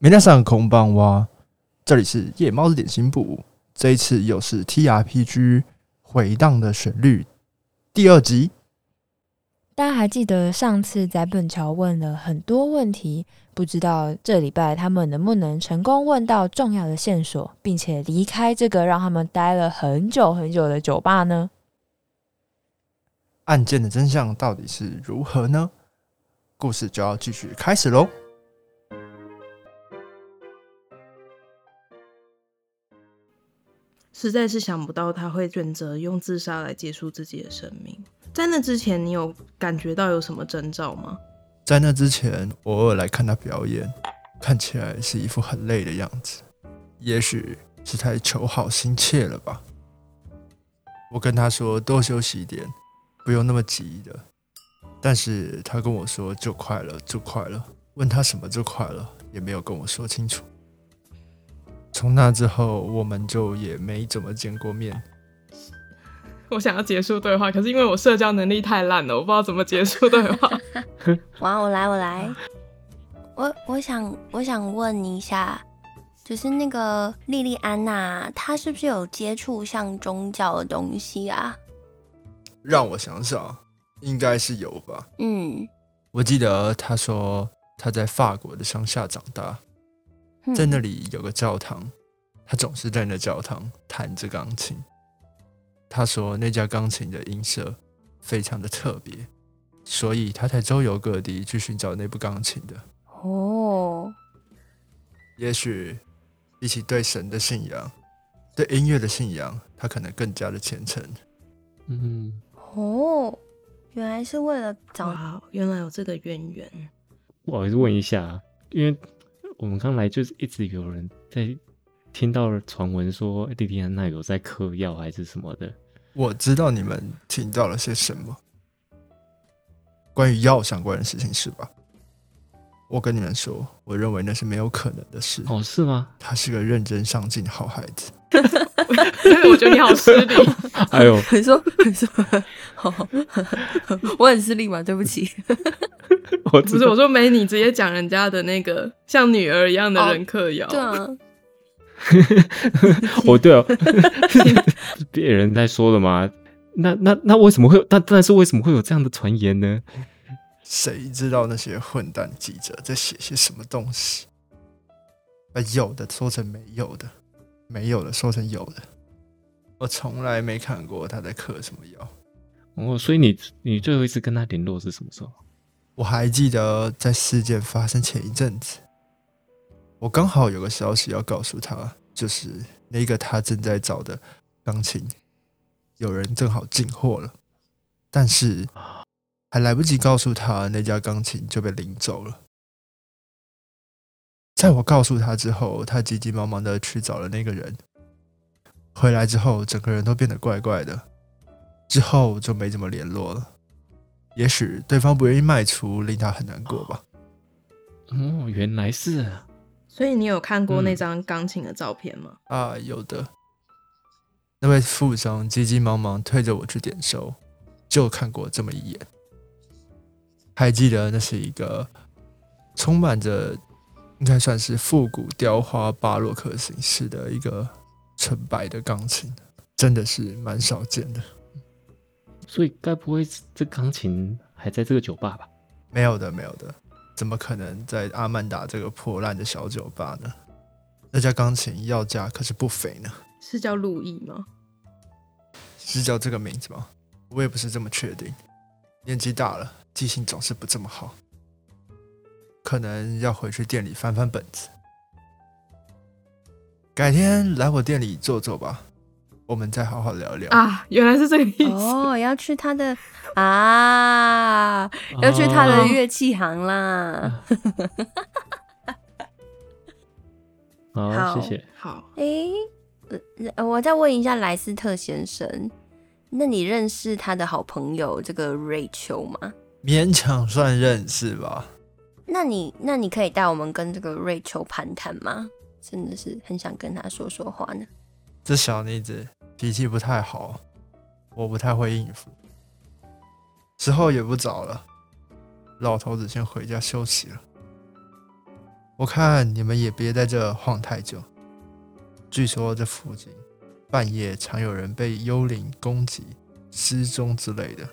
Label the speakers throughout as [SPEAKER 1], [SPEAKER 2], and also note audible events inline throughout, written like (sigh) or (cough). [SPEAKER 1] 皆さん空棒哇！这里是夜猫子点心部，这一次又是 TRPG 回荡的旋律第二集。
[SPEAKER 2] 大家还记得上次在本桥问了很多问题，不知道这礼拜他们能不能成功问到重要的线索，并且离开这个让他们待了很久很久的酒吧呢？
[SPEAKER 1] 案件的真相到底是如何呢？故事就要继续开始喽。
[SPEAKER 3] 实在是想不到他会选择用自杀来结束自己的生命。在那之前，你有感觉到有什么征兆吗？
[SPEAKER 1] 在那之前，我偶尔来看他表演，看起来是一副很累的样子，也许是太求好心切了吧。我跟他说多休息一点，不用那么急的。但是他跟我说就快了，就快了，问他什么就快了，也没有跟我说清楚。从那之后，我们就也没怎么见过面。
[SPEAKER 4] (laughs) 我想要结束对话，可是因为我社交能力太烂了，我不知道怎么结束对
[SPEAKER 5] (laughs)
[SPEAKER 4] 话。
[SPEAKER 6] 哇，我来，我来，
[SPEAKER 5] 啊
[SPEAKER 6] 我我想我想问一下，就是那个莉莉安娜，她是不是有接触像宗教的东西啊？
[SPEAKER 1] 让我想想，应该是有吧。
[SPEAKER 6] 嗯，
[SPEAKER 1] 我记得他说他在法国的乡下长大，
[SPEAKER 6] 嗯
[SPEAKER 1] 在那里有个教堂，他总是在那教堂弹着钢琴。他说那架钢琴的音色非常的特别，所以他才周游各地去寻找那部钢琴的。
[SPEAKER 6] 哦，
[SPEAKER 1] 也许比起对神的信仰，对音乐的信仰，他可能更加的虔诚。
[SPEAKER 7] 嗯，
[SPEAKER 6] 哦，原来是为了找
[SPEAKER 3] 哇，哦原来有这个渊源。
[SPEAKER 4] (laughs)
[SPEAKER 7] 不好意思问一下，因为我们刚来就是一直有人在听到了传闻说哎莉莉安娜有在嗑药还是什么的，
[SPEAKER 1] 我知道你们听到了些什么，关于药相关的事情是吧？我跟你们说，我认为那是没有可能的事。
[SPEAKER 7] 哦，是吗？
[SPEAKER 1] 他是个认真上进的好孩子。
[SPEAKER 4] 我觉得你好失
[SPEAKER 3] (laughs)
[SPEAKER 4] 礼，
[SPEAKER 7] (laughs) 哎
[SPEAKER 6] (laughs)
[SPEAKER 7] 呦，
[SPEAKER 5] (laughs) 你说你说， (laughs) 哦， (laughs) 我很失礼嘛，对不
[SPEAKER 6] (laughs)
[SPEAKER 5] 起。
[SPEAKER 7] 我
[SPEAKER 4] 不
[SPEAKER 7] 知
[SPEAKER 4] 是
[SPEAKER 7] 道
[SPEAKER 4] 我说没你直接讲人家的那个像女儿一样的人嗑药，
[SPEAKER 5] 对啊，
[SPEAKER 7] 我对哦， (laughs) 别人在说的嘛。那那那为什么会有？那但是为什么会有这样的传言呢？
[SPEAKER 1] 谁知道那些混蛋记者在写些什么东西？把有的说成没有的，没有的说成有的。我从来没看过他在嗑什么药。
[SPEAKER 7] 哦，所以你你最后一次跟他联络是什么时候？
[SPEAKER 1] 我还记得在事件发生前一阵子，我刚好有个消息要告诉他，就是那个他正在找的钢琴，有人正好进货了，但是还来不及告诉他，那架钢琴就被领走了。在我告诉他之后，他急急忙忙的去找了那个人，回来之后整个人都变得怪怪的，之后就没怎么联络了。也许对方不愿意卖出，令他很难过吧。
[SPEAKER 7] 哦，原来是啊，
[SPEAKER 3] 所以你有看过那
[SPEAKER 7] 嗯
[SPEAKER 3] 张钢琴的照片吗？
[SPEAKER 1] 啊，有的。那位富商急急忙忙推着我去点收，就看过这么一眼。还记得那是一个充满着应该算是复古雕花巴洛克形式的一个纯白的钢琴，真的是蛮少见的。
[SPEAKER 7] 所以该不会这钢琴还在这个酒吧吧？
[SPEAKER 1] 没有的，没有的，怎么可能在阿曼达这个破烂的小酒吧呢？那家钢琴要价可是不菲呢。
[SPEAKER 3] 是叫路易吗？
[SPEAKER 1] 是叫这个名字吗？我也不是这么确定。年纪大了，记性总是不这么好，可能要回去店里翻翻本子。改天来我店里坐坐吧，我们再好好聊聊。
[SPEAKER 4] 啊，原来是这个意思。
[SPEAKER 6] 哦，要去她的啊，要去她
[SPEAKER 5] 哦
[SPEAKER 6] 的乐器行
[SPEAKER 5] 啊
[SPEAKER 6] 啦。
[SPEAKER 7] 哦好，
[SPEAKER 6] 好
[SPEAKER 7] 谢谢。
[SPEAKER 3] 好，
[SPEAKER 6] 诶、呃我再问一下莱斯特先生，那你认识他的好朋友这个 Rachel 吗？
[SPEAKER 1] 勉强算认识吧。
[SPEAKER 6] 那你那你可以带我们跟这个 Rachel 攀谈吗？真的是很想跟她说说话呢。
[SPEAKER 1] 这小妮子脾气不太好，我不太会应付。时候也不早了，老头子先回家休息了。我看你们也别在这晃太久。据说这附近半夜常有人被幽灵攻击、失踪之类的，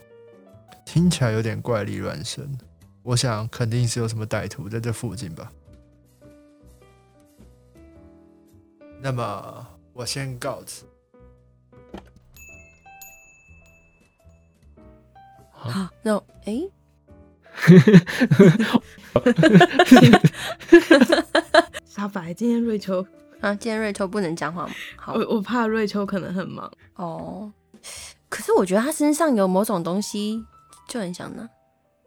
[SPEAKER 1] 听起来有点怪力乱神。我想肯定是有什么歹徒在这附近吧。那么我先告辞。
[SPEAKER 6] (gasps)
[SPEAKER 5] 好，那我诶，
[SPEAKER 3] 傻白，今天瑞秋，
[SPEAKER 6] 啊，今天瑞秋不能讲话吗？好
[SPEAKER 4] 哦
[SPEAKER 3] 我我怕瑞秋可能很忙，
[SPEAKER 6] 哦，可是我觉得他身上有某种东西，就很想拿。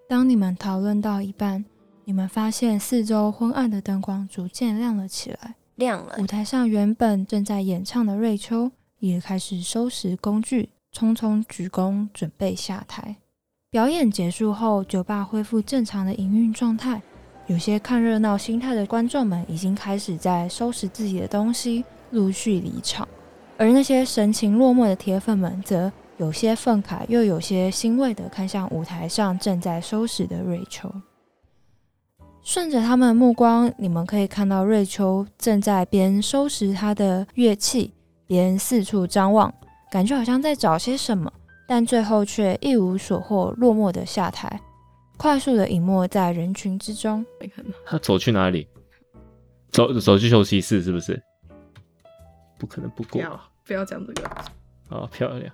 [SPEAKER 2] 当你们讨论到一半，你们发现四周昏暗的灯光逐渐亮了起来。
[SPEAKER 6] 亮了
[SPEAKER 2] 舞，台上原本正在演唱的瑞秋也开始收拾工具，匆匆鞠躬准备下台。表演结束后，酒吧恢复正常的营运状态。有些看热闹心态的观众们已经开始在收拾自己的东西，陆续离场；而那些神情落寞的铁粉们，则有些愤慨，又有些欣慰地看向舞台上正在收拾的瑞秋。顺着他们的目光，你们可以看到瑞秋正在边收拾他的乐器，边四处张望，感觉好像在找些什么，但最后却一无所获，落寞的下台，快速的隐没在人群之中。
[SPEAKER 4] 没看到。
[SPEAKER 7] 他走去哪里？走走去休息室是不是？不可能不
[SPEAKER 4] 不
[SPEAKER 7] 过
[SPEAKER 4] 要不要讲这个，
[SPEAKER 7] 啊，漂亮！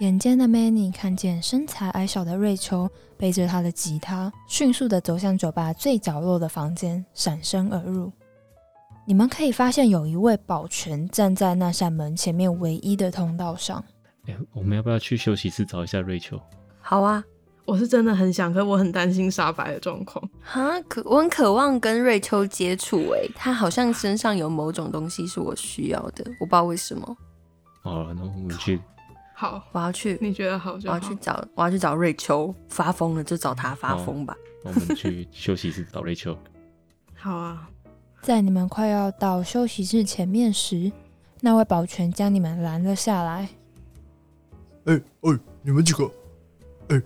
[SPEAKER 2] 眼尖的 Manny 看见身材矮小的瑞秋背着他的吉他，迅速地走向酒吧最角落的房间，闪身而入。你们可以发现有一位保全站在那扇门前面唯一的通道上。
[SPEAKER 7] 哎、我们要不要去休息室找一下瑞秋？
[SPEAKER 6] 好啊，
[SPEAKER 3] 我是真的很想，可我很担心傻白的状况。
[SPEAKER 6] 哈，可我很渴望跟瑞秋接触诶，他好像身上有某种东西是我需要的，我不知道为什么，
[SPEAKER 7] 好了，那哦我们
[SPEAKER 6] (laughs)
[SPEAKER 7] 去。
[SPEAKER 4] 好，
[SPEAKER 6] 我要去，
[SPEAKER 4] 你觉得好
[SPEAKER 6] 我
[SPEAKER 4] 就好
[SPEAKER 6] 要。哦去找，我要去找瑞秋，发疯了就找他发疯吧。
[SPEAKER 7] 我们去休息室找瑞秋。
[SPEAKER 3] 好啊，
[SPEAKER 2] 在你们快要到休息室前面时，那位保全将你们拦了下来。
[SPEAKER 1] 哎、哎、你们几个，哎、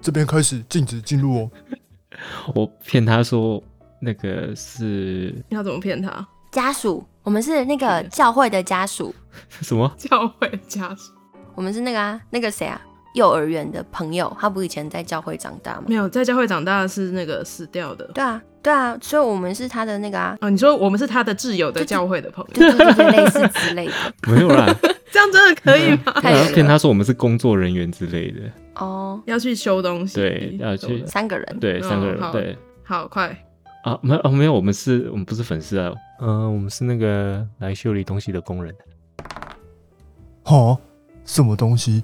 [SPEAKER 1] 这边开始禁止进入哦。
[SPEAKER 7] 我骗他说那个是
[SPEAKER 4] 你要怎么骗他？
[SPEAKER 6] 家属，我们是那个
[SPEAKER 4] 是
[SPEAKER 6] 教会的家属，
[SPEAKER 7] 什么？
[SPEAKER 4] 教会家属
[SPEAKER 6] 我们是那个啊，那个谁啊，幼儿园的朋友，他不以前在教会长大吗
[SPEAKER 3] 没？有在教会长大的是那个死掉的
[SPEAKER 6] 对啊，对啊，所以我们是他的那个 (laughs) 啊，
[SPEAKER 3] 哦。你说我们是他的挚友的
[SPEAKER 6] 对对
[SPEAKER 3] 教会的朋友， (laughs)
[SPEAKER 6] 对对对对，类似之类的。
[SPEAKER 7] 没有啦，
[SPEAKER 3] 这样真的可以吗？
[SPEAKER 6] 太恶了
[SPEAKER 7] 骗他说我们是工作人员之类的。
[SPEAKER 6] (laughs) 哦，
[SPEAKER 3] 要去修东西，
[SPEAKER 7] 对要去
[SPEAKER 3] 什么的
[SPEAKER 6] 三个人，
[SPEAKER 7] 对，
[SPEAKER 3] 嗯
[SPEAKER 7] 三个人、
[SPEAKER 6] 哦
[SPEAKER 3] 好
[SPEAKER 7] 对
[SPEAKER 3] 好快，
[SPEAKER 7] 啊，没有啊，没有，我们是我们不是粉丝啊，嗯、我们是那个来修理东西的工人。
[SPEAKER 1] 哈，什么东西？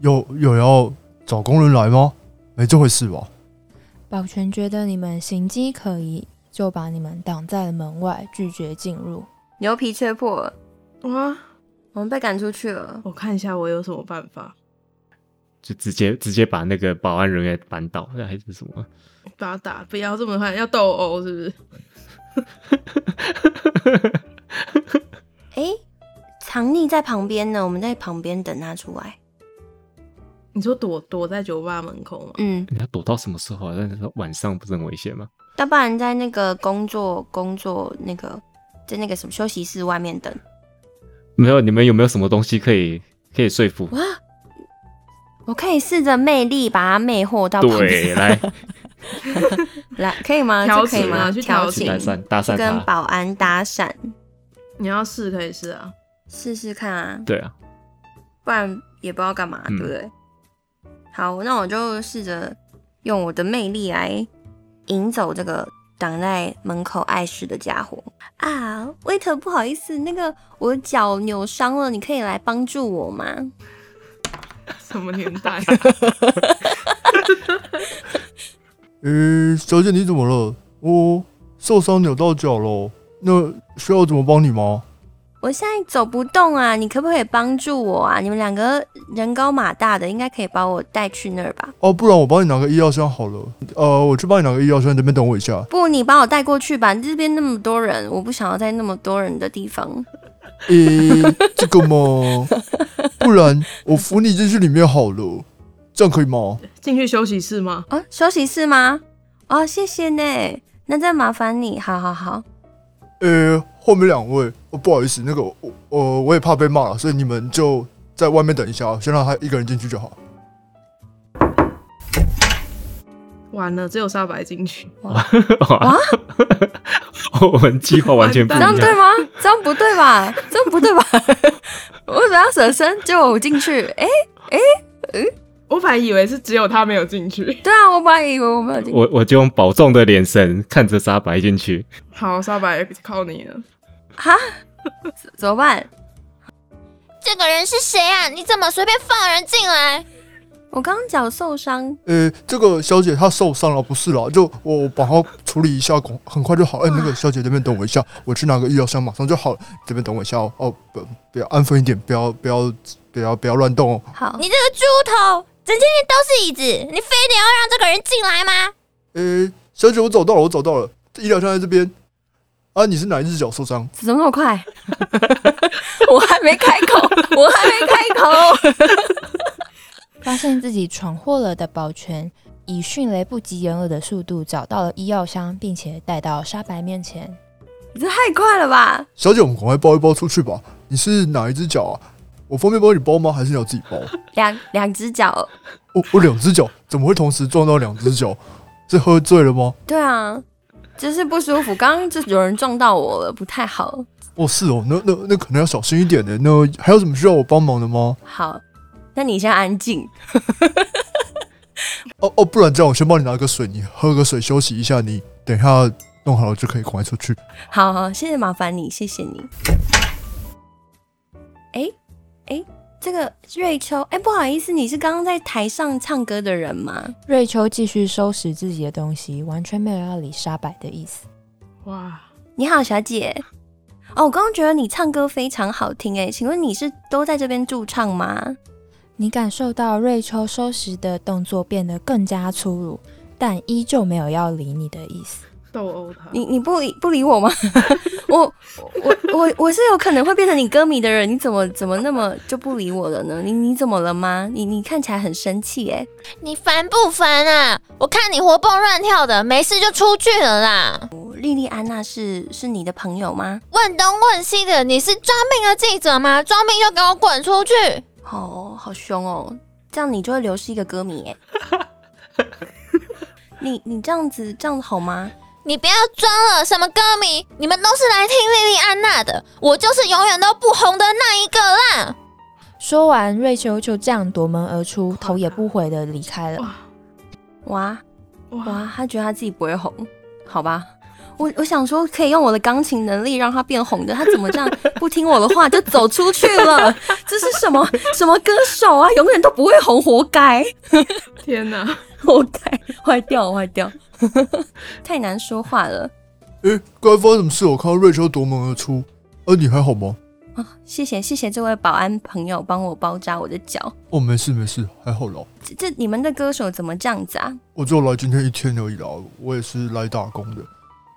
[SPEAKER 1] 有有要找工人来吗？没这回事吧？
[SPEAKER 2] 保全觉得你们行迹可疑，就把你们挡在了门外，拒绝进入。
[SPEAKER 6] 牛皮吹破了，
[SPEAKER 3] 哇！
[SPEAKER 6] 我们被赶出去了。
[SPEAKER 3] 我看一下我有什么办法，
[SPEAKER 7] 就直接直接把那个保安人员扳倒，那还是什么？
[SPEAKER 3] 把他打，不要这么快，要斗殴是不是？
[SPEAKER 6] 哎、藏匿在旁边呢，我们在旁边等他出来。
[SPEAKER 3] 你说躲躲在酒吧门口吗？
[SPEAKER 6] 嗯，
[SPEAKER 7] 你要躲到什么时候啊？但是晚上不是很危险吗？
[SPEAKER 6] 要不然在那个工作工作那个在那个什么休息室外面等。
[SPEAKER 7] 没有，你们有没有什么东西可以可以说服？
[SPEAKER 6] 哇，我可以试着魅力把他魅惑到旁
[SPEAKER 7] 对，
[SPEAKER 6] 边
[SPEAKER 7] 来
[SPEAKER 6] (laughs) 来，可以吗？
[SPEAKER 3] 调
[SPEAKER 6] 这可以
[SPEAKER 3] 情
[SPEAKER 6] 吗？
[SPEAKER 3] 啊去
[SPEAKER 6] 调
[SPEAKER 3] 调
[SPEAKER 7] 去
[SPEAKER 6] 情
[SPEAKER 3] 情，
[SPEAKER 7] 搭讪搭
[SPEAKER 6] 去
[SPEAKER 7] 讪
[SPEAKER 6] 跟
[SPEAKER 7] 他。
[SPEAKER 6] 保安搭讪，
[SPEAKER 3] 你要试可以试
[SPEAKER 6] (laughs)
[SPEAKER 3] 啊，
[SPEAKER 6] 试试看啊，
[SPEAKER 7] 对啊，
[SPEAKER 6] 不然也不知道干嘛，
[SPEAKER 7] 嗯
[SPEAKER 6] 对不对？好，那我就试着用我的魅力来引走这个挡在门口碍事的家伙啊！威特，不好意思，那个我脚扭伤了，你可以来帮助我吗？
[SPEAKER 4] 什么年代？
[SPEAKER 1] 呃，小姐你怎么了？我受伤扭到脚了，那需要怎么帮你吗？
[SPEAKER 6] 我现在走不动啊，你可不可以帮助我啊？你们两个人高马大的，应该可以把我带去那儿吧？
[SPEAKER 1] 哦、不然我帮你拿个医药箱好了。呃，我去帮你拿个医药箱，你这边等我一下。
[SPEAKER 6] 不，你把我带过去吧，这边那么多人，我不想要在那么多人的地方。
[SPEAKER 1] 呃、这个嘛，不然我扶你进去里面好了，这样可以吗？
[SPEAKER 6] 哦
[SPEAKER 3] 进去休息室吗？
[SPEAKER 6] 啊，休息室吗？啊，谢谢呢。那再麻烦你，好好好，
[SPEAKER 1] 呃，后面两位，哦、不好意思，那个我呃我我也怕被骂了，所以你们就在外面等一下，哦先让他一个人进去就好。
[SPEAKER 3] 完了，只有沙白进去，
[SPEAKER 7] 哇， (laughs) 我们计划完全不一
[SPEAKER 6] 这样
[SPEAKER 7] 样。
[SPEAKER 6] 对吗？这样不对吧？这样不对吧？ (laughs) 我为什么要舍身？就我进去？哎、
[SPEAKER 4] 我本来以为是只有他没有进去。
[SPEAKER 6] 对啊，我本来以为我没有进去，
[SPEAKER 7] 我我就用保重的眼神看着沙白进去，
[SPEAKER 4] 好，沙白靠你了。
[SPEAKER 6] 哈，怎么办？
[SPEAKER 8] 这个人是谁啊？你怎么随便放人进来？
[SPEAKER 6] 我刚刚脚受伤，
[SPEAKER 1] 呃，这个小姐她受伤了，不是啦，就我把她处理一下，很很快就好。哎、那个小姐这边等我一下，我去拿个医疗箱，马上就好了。这边等我一下哦，哦，不，不要安分一点，不要不要不要不要乱动哦。
[SPEAKER 6] 好，
[SPEAKER 8] 你这个猪头，整间店都是椅子，你非得要让这个人进来吗？
[SPEAKER 1] 呃，小姐，我找到了，我找到了，医疗箱在这边。啊，你是哪一只脚受伤？
[SPEAKER 6] 怎么那么快？ (laughs) 我还没开口，我还没开口。
[SPEAKER 2] 发现自己闯祸了的保全，以迅雷不及掩耳的速度找到了医药箱，并且带到沙白面前。
[SPEAKER 6] 你这太快了吧？
[SPEAKER 1] 小姐，我们赶快包一包出去吧。你是哪一只脚啊？我方便帮你包吗？还是你要自己包？
[SPEAKER 6] 两两只脚，
[SPEAKER 1] 我我哦两只脚怎么会同时撞到两只脚？是喝醉了吗？
[SPEAKER 6] 对啊，就是不舒服。刚刚就有人撞到我了，不太好。
[SPEAKER 1] 哦，是哦，那那那可能要小心一点的。那还有什么需要我帮忙的吗？
[SPEAKER 6] 好，那你先安静。
[SPEAKER 1] 哦哦，不然这样，我先帮你拿个水，你喝个水休息一下。你等一下弄好了就可以赶快出去。
[SPEAKER 6] 好好，谢谢麻烦你，谢谢你。哎、哎、这个瑞秋，哎、不好意思，你是刚刚在台上唱歌的人吗？
[SPEAKER 2] 瑞秋继续收拾自己的东西，完全没有要理沙白的意思。
[SPEAKER 4] 哇，
[SPEAKER 6] 你好，小姐。哦，我刚刚觉得你唱歌非常好听，哎，请问你是都在这边驻唱吗？
[SPEAKER 2] 你感受到瑞秋收拾的动作变得更加粗鲁，但依旧没有要理你的意思。
[SPEAKER 3] 斗殴他。
[SPEAKER 6] 你你不理不理我吗？ (laughs) 我我我我是有可能会变成你歌迷的人，你怎么怎么那么就不理我了呢？你你怎么了吗？你你看起来很生气哎，
[SPEAKER 8] 你烦不烦啊？我看你活蹦乱跳的，没事就出去了啦。
[SPEAKER 6] 莉莉安娜是是你的朋友吗？
[SPEAKER 8] 问东问西的，你是装病的记者吗？装病就给我滚出去！
[SPEAKER 6] 哦，好凶哦，这样你就会流失一个歌迷哎。 (laughs) 你你这样子这样好吗？
[SPEAKER 8] 你不要装了，什么歌迷，你们都是来听莉莉安娜的，我就是永远都不红的那一个啦。
[SPEAKER 2] 说完，瑞秋就这样夺门而出，头也不回的离开了。
[SPEAKER 3] 哇
[SPEAKER 6] 哇
[SPEAKER 3] 哇，
[SPEAKER 6] 哇，他觉得他自己不会红，好吧？我我想说可以用我的钢琴能力让他变红的，他怎么这样不听我的话就走出去 (laughs) 了？这是什么什么歌手啊？永远都不会红，活该，
[SPEAKER 4] 天哪！
[SPEAKER 6] (laughs) 活该，坏掉坏掉， (laughs) 太难说话了
[SPEAKER 1] 诶，刚才发生什么事？我看到瑞秋夺门而出。呃、你还好吗？
[SPEAKER 6] 啊、谢谢谢谢这位保安朋友帮我包扎我的脚，
[SPEAKER 1] 哦，没事没事，还好啦。
[SPEAKER 6] 这这你们的歌手怎么这样子啊？
[SPEAKER 1] 我就来今天一天而已啦，我也是来打工的。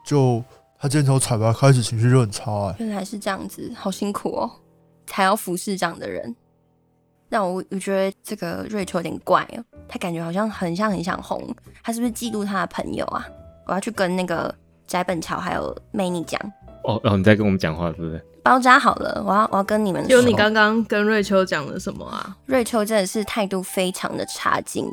[SPEAKER 1] 就他今天从彩排开始情绪就很差、欸，
[SPEAKER 6] 原来是这样子，好辛苦哦，才要服侍这样的人。但我我觉得这个瑞秋有点怪哦，他感觉好像很像很想红，他是不是嫉妒他的朋友啊？我要去跟那个翟本桥还有美妮讲，
[SPEAKER 7] 哦哦，你在跟我们讲话是不是？
[SPEAKER 6] 包扎好了，我要我要跟你们
[SPEAKER 3] 就
[SPEAKER 6] 说，
[SPEAKER 3] 你刚刚跟瑞秋讲了什么啊？
[SPEAKER 6] 瑞秋真的是态度非常的差劲，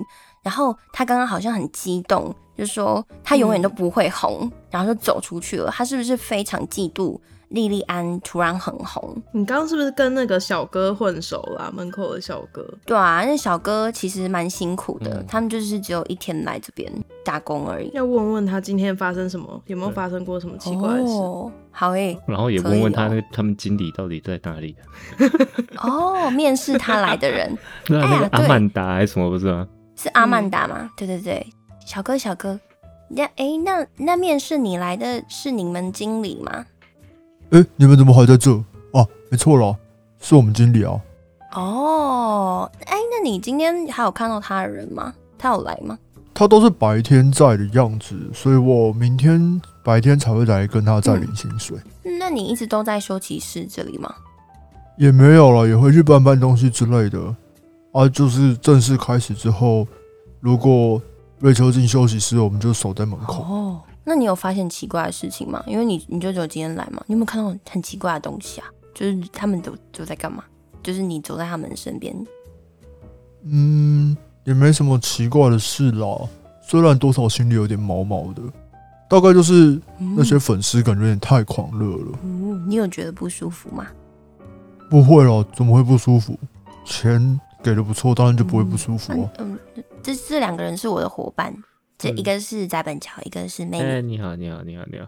[SPEAKER 6] 然后他刚刚好像很激动，就说他永远都不会红，然后就走出去了。他是不是非常嫉妒莉莉安突然很红？
[SPEAKER 3] 你刚刚是不是跟那个小哥混熟啦、门口的小哥，
[SPEAKER 6] 对啊，那小哥其实蛮辛苦的，
[SPEAKER 7] 嗯
[SPEAKER 6] 他们就是只有一天来这边打工而已。
[SPEAKER 3] 要问问他今天发生什么，有没有发生过什么奇怪的事？
[SPEAKER 6] 哦，好诶、
[SPEAKER 7] 然后也问问他
[SPEAKER 6] 可
[SPEAKER 7] 那
[SPEAKER 6] 以
[SPEAKER 7] 个他们经理到底在哪里、啊
[SPEAKER 6] 哦，面试他来的
[SPEAKER 3] (laughs)
[SPEAKER 6] 人
[SPEAKER 7] (laughs) 那
[SPEAKER 6] 哎呀
[SPEAKER 7] 那个
[SPEAKER 6] 对
[SPEAKER 7] 阿曼达还是什么不是吗？
[SPEAKER 6] 是阿
[SPEAKER 3] 嗯
[SPEAKER 6] 曼达吗？对对对，小哥小哥，那诶、那那面试你来的是你们经理吗？
[SPEAKER 1] 诶，你们怎么还在这？啊，没错啦，是我们经理啊。
[SPEAKER 6] 哦，诶、那你今天还有看到他的人吗？他有来吗？
[SPEAKER 1] 他都是白天在的样子，所以我明天白天才会来跟他再领薪水。
[SPEAKER 6] 那你一直都在休息室这里吗？
[SPEAKER 1] 也没有了，也会去搬搬东西之类的。啊，就是正式开始之后，如果瑞秋进休息室，我们就守在门口。
[SPEAKER 6] 哦，那你有发现奇怪的事情吗？因为你你就只有今天来嘛，你有没有看到很奇怪的东西啊？就是他们都都在干嘛？就是你走在他们身边，
[SPEAKER 1] 嗯，也没什么奇怪的事啦。虽然多少心里有点毛毛的，大概就是
[SPEAKER 6] 嗯
[SPEAKER 1] 那些粉丝感觉有点太狂热了。
[SPEAKER 6] 嗯，你有觉得不舒服吗？
[SPEAKER 1] 不会啦，怎么会不舒服？钱给的不错，当然就不会不舒服
[SPEAKER 6] 那
[SPEAKER 1] 啊。
[SPEAKER 6] 嗯，这这两个人是我的伙伴，这
[SPEAKER 1] 嗯
[SPEAKER 6] 一个是翟本桥，一个是美
[SPEAKER 7] 哎、
[SPEAKER 6] 女。
[SPEAKER 7] 你好，你好，你好，你好。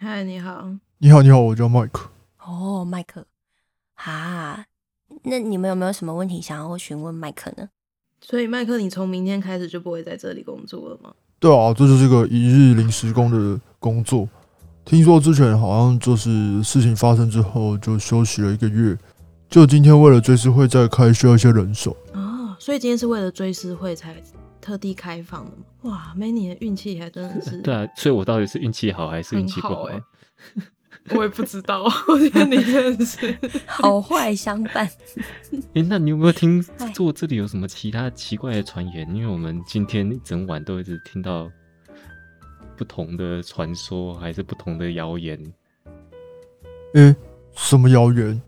[SPEAKER 3] 嗨，你好，
[SPEAKER 1] 你好，你好，我叫麦克。
[SPEAKER 6] 哦，麦克，哈，那你们有没有什么问题想要询问麦克呢？
[SPEAKER 3] 所以麦克，你从明天开始就不会在这里工作了吗？
[SPEAKER 1] 对啊，这就是个一日临时工的工作。听说之前好像就是事情发生之后就休息了一个月，就今天为了追思会再开需要一些人手。
[SPEAKER 3] 哦，所以今天是为了追思会才特地开放的吗？哇 m a n y 的运气还真的是
[SPEAKER 7] (laughs) 对啊，所以我到底是运气好还是运气不
[SPEAKER 4] 很好
[SPEAKER 7] 好啊？
[SPEAKER 4] 欸 (laughs) 我也不知道，我觉得你真的是
[SPEAKER 6] 好坏相伴。
[SPEAKER 7] 哎、那你有没有听
[SPEAKER 6] 哎
[SPEAKER 7] 做这里有什么其他奇怪的传言？因为我们今天一整晚都一直听到不同的传说，还是不同的谣言。
[SPEAKER 1] 诶，什么谣言？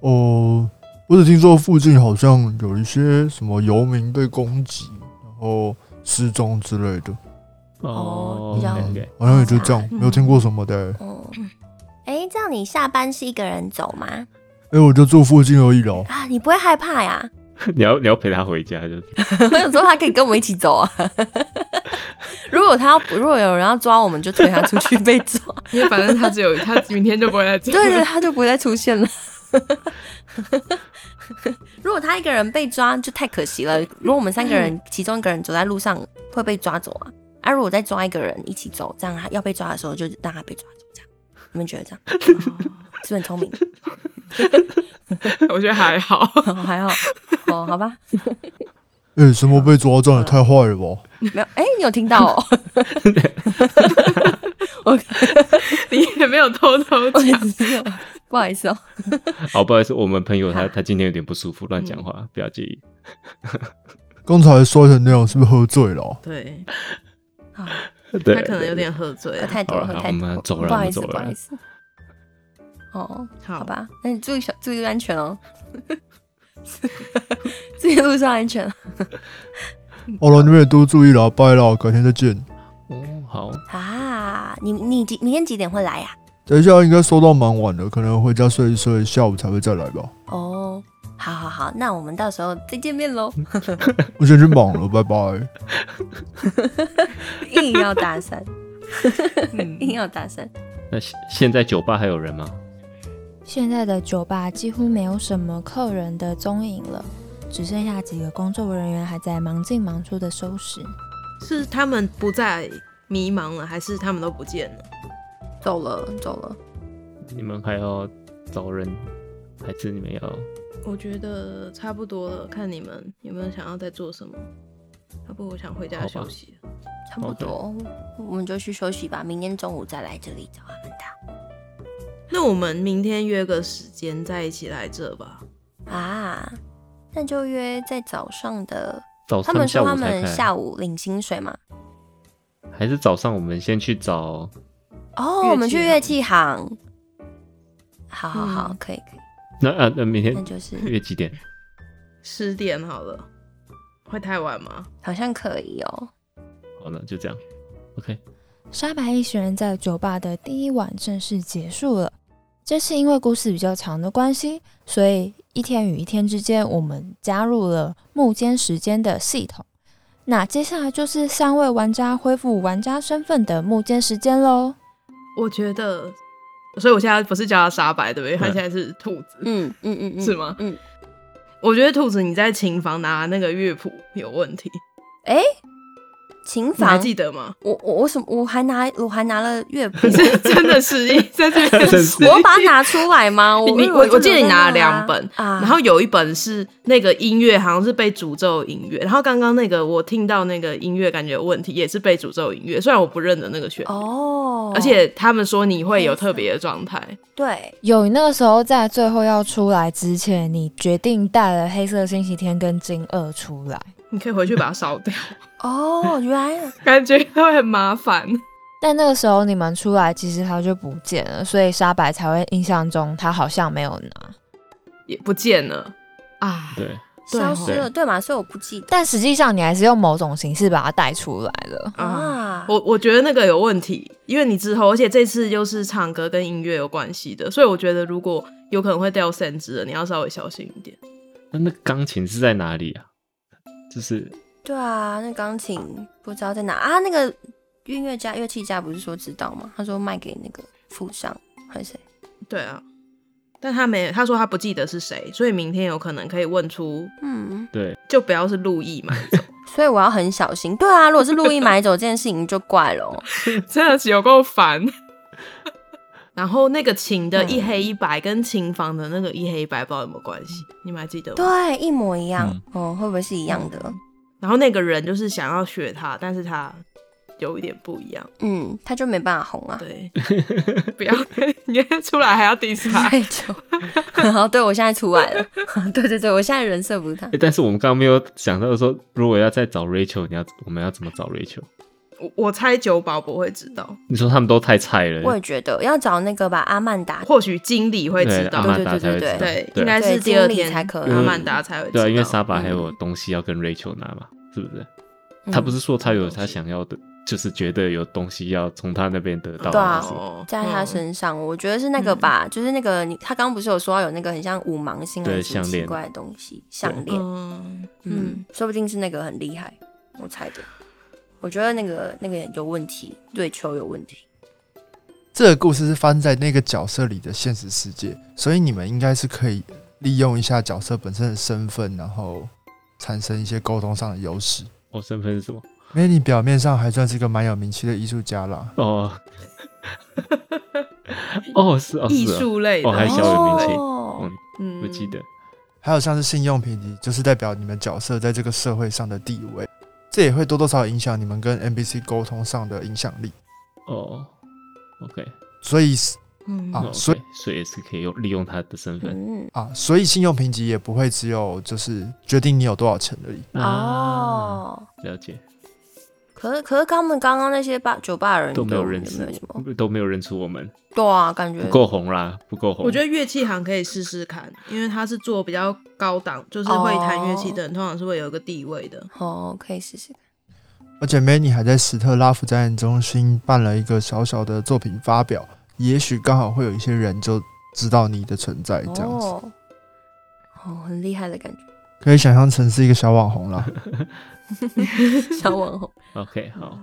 [SPEAKER 1] 哦、我只听说附近好像有一些什么游民被攻击，然后失踪之类的。嗯
[SPEAKER 6] 哦
[SPEAKER 7] ，OK，
[SPEAKER 6] 谣
[SPEAKER 7] OK
[SPEAKER 1] 好像也就这样，没有听过什么的、欸诶，
[SPEAKER 6] 哦，哎，这样你下班是一个人走吗？
[SPEAKER 1] 我就住附近而已啦。
[SPEAKER 6] 啊，你不会害怕呀？
[SPEAKER 7] (laughs) 你要你要陪他回家就 (laughs)
[SPEAKER 5] 我想说他可以跟我们一起走啊。 (laughs) 如果他要，如果有人要抓我们，就推他出去被抓。
[SPEAKER 4] (laughs) 因为反正他只有他明天就不会来这
[SPEAKER 5] (laughs) 对对，他就不会再出现了。 (laughs) 如果他一个人被抓，就太可惜了。如果我们三个人其中一个人走在路上会被抓走啊，啊，如果再抓一个人一起走，这样他要被抓的时候就让他被抓走，这样你们觉得这样
[SPEAKER 4] 啊
[SPEAKER 5] 是不是很聪 (laughs) 明？
[SPEAKER 4] (laughs) 我觉得还好。
[SPEAKER 5] 哦还好哦，好吧，
[SPEAKER 1] 诶，什么被抓这样也太坏了吧？
[SPEAKER 5] 没有，哎、你有听到哦？
[SPEAKER 4] (laughs) 你也没有偷偷
[SPEAKER 5] (laughs) 我也
[SPEAKER 4] 讲，
[SPEAKER 5] 只有 (laughs) 不好意思哦。
[SPEAKER 7] 好，不好意思，我们朋友他他今天有点不舒服，乱讲话，
[SPEAKER 6] 嗯
[SPEAKER 7] 不要介意。
[SPEAKER 1] 刚才摔成那样，是不是喝醉了啊、
[SPEAKER 3] (laughs) 对，
[SPEAKER 5] 啊，
[SPEAKER 7] 对，
[SPEAKER 3] 他可能有
[SPEAKER 7] 对
[SPEAKER 3] 点喝醉啊
[SPEAKER 5] 喝
[SPEAKER 3] 了。
[SPEAKER 5] 太多，
[SPEAKER 7] 好了
[SPEAKER 5] 喝
[SPEAKER 7] 好
[SPEAKER 5] 太
[SPEAKER 7] 我们
[SPEAKER 5] 多，
[SPEAKER 7] 走了
[SPEAKER 5] 不好
[SPEAKER 7] 我
[SPEAKER 5] 意
[SPEAKER 7] 们
[SPEAKER 5] 思，
[SPEAKER 7] 走
[SPEAKER 5] 不好
[SPEAKER 7] 了
[SPEAKER 5] 意思。哦，
[SPEAKER 3] 好
[SPEAKER 5] 好，吧，那你注意小注意安全哦， (laughs) 自己路上安全。
[SPEAKER 1] 好哦了，你们也多注意啦，拜啦，改天再见。
[SPEAKER 7] 哦，好，
[SPEAKER 6] 啊，你你几明天几点会来
[SPEAKER 5] 啊
[SPEAKER 6] 呀、
[SPEAKER 1] 等一下应该收到蛮晚的，可能回家睡一睡，下午才会再来吧。
[SPEAKER 6] 哦，
[SPEAKER 5] 好好好，那我们到时候再见面
[SPEAKER 7] (laughs)
[SPEAKER 5] 喽。
[SPEAKER 1] 我先去忙了，拜拜。
[SPEAKER 5] 硬要搭讪，
[SPEAKER 4] 嗯
[SPEAKER 5] (laughs) 硬要搭讪。
[SPEAKER 7] 那现现在酒吧还有人吗？
[SPEAKER 2] 现在的酒吧几乎没有什么客人的踪影了，只剩下几个工作人员还在忙进忙出的收拾。
[SPEAKER 3] 是他们不再迷茫了，还是他们都不见了？
[SPEAKER 5] 走了，走了。
[SPEAKER 7] 你们还要找人，还是你们要？
[SPEAKER 3] 我觉得差不多了，看你们有没有想要再做什么。要不我想回家
[SPEAKER 7] 好吧
[SPEAKER 3] 休息了。
[SPEAKER 5] 差不多
[SPEAKER 6] 我们就去休息吧，明天中午再来这里找阿曼达。
[SPEAKER 3] 那我们明天约个时间再一起来这吧。
[SPEAKER 6] 啊，那就约在早上的。
[SPEAKER 7] 早
[SPEAKER 6] 他
[SPEAKER 7] 上
[SPEAKER 6] 们说
[SPEAKER 7] 下
[SPEAKER 6] 他
[SPEAKER 7] 午才
[SPEAKER 6] 们
[SPEAKER 7] 开，
[SPEAKER 6] 下午领薪水嘛？
[SPEAKER 7] 还是早上我们先去找
[SPEAKER 6] 哦，
[SPEAKER 3] 行
[SPEAKER 6] 我们去乐器行。好好好，
[SPEAKER 3] 啊嗯
[SPEAKER 6] 可以可以，
[SPEAKER 7] 那啊那明
[SPEAKER 6] 那
[SPEAKER 7] 天
[SPEAKER 6] 就是
[SPEAKER 7] 约几点？
[SPEAKER 3] 十点好了，会太晚吗？
[SPEAKER 6] 好像可以哦。
[SPEAKER 7] 好了，就这样。OK，
[SPEAKER 2] 沙白一行人在酒吧的第一晚正式结束了。这次因为故事比较长的关系，所以一天与一天之间，我们加入了幕间时间的系统。那接下来就是三位玩家恢复玩家身份的幕间时间喽。
[SPEAKER 3] 我觉得，所以我现在不是叫他沙白，对不对？他现在是兔子。
[SPEAKER 6] 嗯嗯嗯嗯，
[SPEAKER 3] 是吗
[SPEAKER 6] 嗯，
[SPEAKER 3] 我觉得兔子你在琴房拿那个乐谱有问题，
[SPEAKER 6] 哎，琴
[SPEAKER 3] 你还
[SPEAKER 6] 房，
[SPEAKER 3] 记得吗？ (laughs)
[SPEAKER 6] 我我我什么？我还拿我还拿了乐谱
[SPEAKER 3] 你，是 (laughs) 真的失忆，在这边
[SPEAKER 7] 真
[SPEAKER 3] 失
[SPEAKER 7] 是
[SPEAKER 3] 忆
[SPEAKER 6] 我要把它拿出来吗？我
[SPEAKER 3] 你
[SPEAKER 6] 以为
[SPEAKER 3] 我
[SPEAKER 6] 就
[SPEAKER 3] 我记得你
[SPEAKER 6] 留在
[SPEAKER 3] 拿了
[SPEAKER 6] 那
[SPEAKER 3] 两本
[SPEAKER 6] 啊，
[SPEAKER 3] (laughs) 然后有一本是那个音乐，好像是被诅咒音乐。然后刚刚那个我听到那个音乐感觉有问题，也是被诅咒音乐。虽然我不认得那个旋律，
[SPEAKER 6] 哦，
[SPEAKER 3] 而且他们说你会有特别的状态，
[SPEAKER 6] 对，
[SPEAKER 2] 有那个时候在最后要出来之前，你决定带了黑色星期天跟金二出来。
[SPEAKER 3] 你可以回去把它烧掉，
[SPEAKER 6] 哦，原来
[SPEAKER 4] 感觉会很麻烦。
[SPEAKER 2] 但那个时候你们出来，其实他就不见了，所以沙白才会印象中他好像没有拿，
[SPEAKER 3] 也不见了啊！
[SPEAKER 7] 对，
[SPEAKER 3] 对
[SPEAKER 6] 消
[SPEAKER 3] 哦
[SPEAKER 6] 失了，对嘛？所以我不记得
[SPEAKER 2] 但实际上你还是用某种形式把它带出来了。
[SPEAKER 3] 啊，
[SPEAKER 6] 啊。
[SPEAKER 3] 我我觉得那个有问题，因为你之后，而且这次又是唱歌跟音乐有关系的，所以我觉得如果有可能会掉三支的，你要稍微小心一点。
[SPEAKER 7] 那那钢琴是在哪里啊？就是
[SPEAKER 6] 对啊，那钢琴不知道在哪啊？那个音乐家、乐器家不是说知道吗？他说卖给那个富商还是谁？
[SPEAKER 3] 对啊，但他没，他说他不记得是谁，所以明天有可能可以问出，
[SPEAKER 6] 嗯，
[SPEAKER 7] 对，
[SPEAKER 3] 就不要是陆毅嘛，
[SPEAKER 6] 所以我要很小心。对啊，如果是路易买走这件事情就怪了哦。
[SPEAKER 9] (laughs) 真的是有够烦。
[SPEAKER 3] (laughs)
[SPEAKER 9] 嗯
[SPEAKER 3] 然后那个琴的一黑一白跟琴房的那个一黑一白不知道有没有关系，你们还记得吗？
[SPEAKER 6] (laughs) 对，啊一模一样、
[SPEAKER 7] 嗯
[SPEAKER 6] 哦，会不会是一样的？
[SPEAKER 3] 然后那个人就是想要学他，但是他有一点不一样。
[SPEAKER 6] 嗯，他就没办法红啊。
[SPEAKER 3] 对，
[SPEAKER 9] 不要，你出来还要 diss
[SPEAKER 3] 哎
[SPEAKER 9] 他。
[SPEAKER 6] 太久， (laughs) 然后对我现在出来了， (laughs) 对对对，我现在人设不是他
[SPEAKER 7] 诶，但是我们刚刚没有想到说，如果要再找 Rachel，你要我们要怎么找 Rachel？
[SPEAKER 3] 我我猜九宝不会知道，
[SPEAKER 7] 你说他们都太菜
[SPEAKER 6] 我
[SPEAKER 7] 了
[SPEAKER 6] 也，觉得要找那个吧，阿曼达，
[SPEAKER 3] 或许经理会知
[SPEAKER 7] 对，
[SPEAKER 3] 道
[SPEAKER 7] 阿，曼
[SPEAKER 6] 对
[SPEAKER 7] 达才会
[SPEAKER 6] 对
[SPEAKER 7] 知道，
[SPEAKER 3] 对，应
[SPEAKER 7] 对
[SPEAKER 3] 该是
[SPEAKER 6] 对
[SPEAKER 3] 第二
[SPEAKER 6] 经
[SPEAKER 3] 天
[SPEAKER 6] 理才可
[SPEAKER 7] 以
[SPEAKER 3] 阿曼达才会知道。
[SPEAKER 7] 对啊，因为沙巴还有
[SPEAKER 6] 嗯
[SPEAKER 7] 东西要跟 Rachel 拿嘛，是不是？
[SPEAKER 6] 嗯
[SPEAKER 7] 他不是说他有他想要的，就是觉得有东西要从他那边得到，
[SPEAKER 6] 对啊
[SPEAKER 7] 是不是
[SPEAKER 6] 在他身上，我觉得是那个吧，就是那个你，他刚刚不是有说到有那个很像五芒星还
[SPEAKER 7] 嗯对
[SPEAKER 6] 是什么
[SPEAKER 7] 项
[SPEAKER 6] 奇
[SPEAKER 7] 链
[SPEAKER 6] 怪的东西项链，
[SPEAKER 3] 嗯，
[SPEAKER 6] 嗯，说不定是那个很厉害，我猜的。我觉得那个那个有问题，对球有问题。
[SPEAKER 1] 这个故事是发生在那个角色里的现实世界，所以你们应该是可以利用一下角色本身的身份，然后产生一些沟通上的优势。
[SPEAKER 7] 我哦身份是什么？
[SPEAKER 1] 因为你表面上还算是个蛮有名气的艺术家啦，
[SPEAKER 7] 哦， (laughs) 哦是哦
[SPEAKER 3] 艺
[SPEAKER 7] 是哦，
[SPEAKER 3] 术类的，
[SPEAKER 7] 哦还小有名气
[SPEAKER 6] 哦
[SPEAKER 7] 嗯
[SPEAKER 3] 嗯
[SPEAKER 7] 不记得。
[SPEAKER 1] 还有像是信用评级，就是代表你们角色在这个社会上的地位，这也会多多少少影响你们跟 NPC 沟通上的影响力。
[SPEAKER 7] 哦，OK，
[SPEAKER 1] 所以是
[SPEAKER 3] 嗯
[SPEAKER 1] 啊
[SPEAKER 6] 哦
[SPEAKER 7] 那 OK，
[SPEAKER 1] 所以
[SPEAKER 7] 哦所以也是可以用利用他的身份
[SPEAKER 6] 嗯，
[SPEAKER 1] 啊，所以信用评级也不会只有就是决定你有多少钱而已。
[SPEAKER 3] 嗯
[SPEAKER 7] 啊，
[SPEAKER 6] 嗯哦。
[SPEAKER 7] 了解，
[SPEAKER 6] 可是可是他们刚刚那些吧酒吧人
[SPEAKER 7] 都没有
[SPEAKER 6] 都
[SPEAKER 7] 认
[SPEAKER 6] 也
[SPEAKER 7] 识
[SPEAKER 6] 没有什
[SPEAKER 3] 哦
[SPEAKER 6] 么，，
[SPEAKER 7] 都没有认出我们，
[SPEAKER 6] 对啊，感觉
[SPEAKER 7] 不够红啦，不够红。
[SPEAKER 3] 我觉得乐器行可以试试看，因为他是做比较高档，就是会弹乐器的人，通常是会有一个地位的。
[SPEAKER 6] 哦，可以试试看。
[SPEAKER 1] 而且 Manny 还在史特拉夫展演中心办了一个小小的作品发表，也许刚好会有一些人就知道你的存在，这样子、
[SPEAKER 6] 哦，哦，很厉害的感觉，
[SPEAKER 1] 可以想象成是一个小网红啦。
[SPEAKER 6] 小网红。
[SPEAKER 7] OK，好，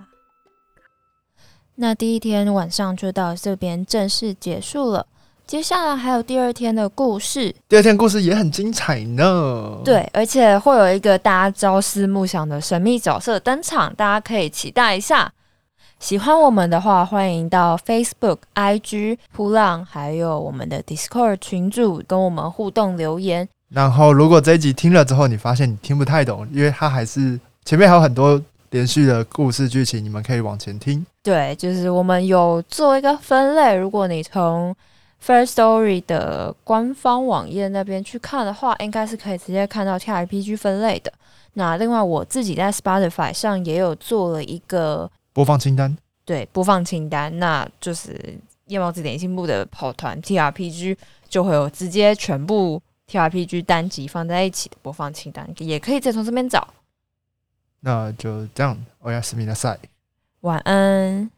[SPEAKER 2] 那第一天晚上就到这边正式结束了，接下来还有第二天的故事。
[SPEAKER 1] 第二天故事也很精彩呢。，
[SPEAKER 2] 对，而且会有一个大家朝思暮想的神秘角色登场，大家可以期待一下。喜欢我们的话，欢迎到 Facebook、IG、扑浪，还有我们的 Discord 群组跟我们互动留言。
[SPEAKER 1] 然后如果这一集听了之后，你发现你听不太懂，因为它还是前面还有很多连续的故事剧情，你们可以往前听。
[SPEAKER 2] 对，就是我们有做一个分类，如果你从 First Story 的官方网页那边去看的话，应该是可以直接看到 TRPG 分类的。那另外我自己在 Spotify 上也有做了一个
[SPEAKER 1] 播放清单，
[SPEAKER 2] 对播放清单，那就是夜猫子点心部的跑团 TRPG 就会有直接全部 TRPG 单集放在一起的播放清单，也可以再从这边找。
[SPEAKER 1] 那就这样。欧亚斯米纳赛。
[SPEAKER 2] 晚安。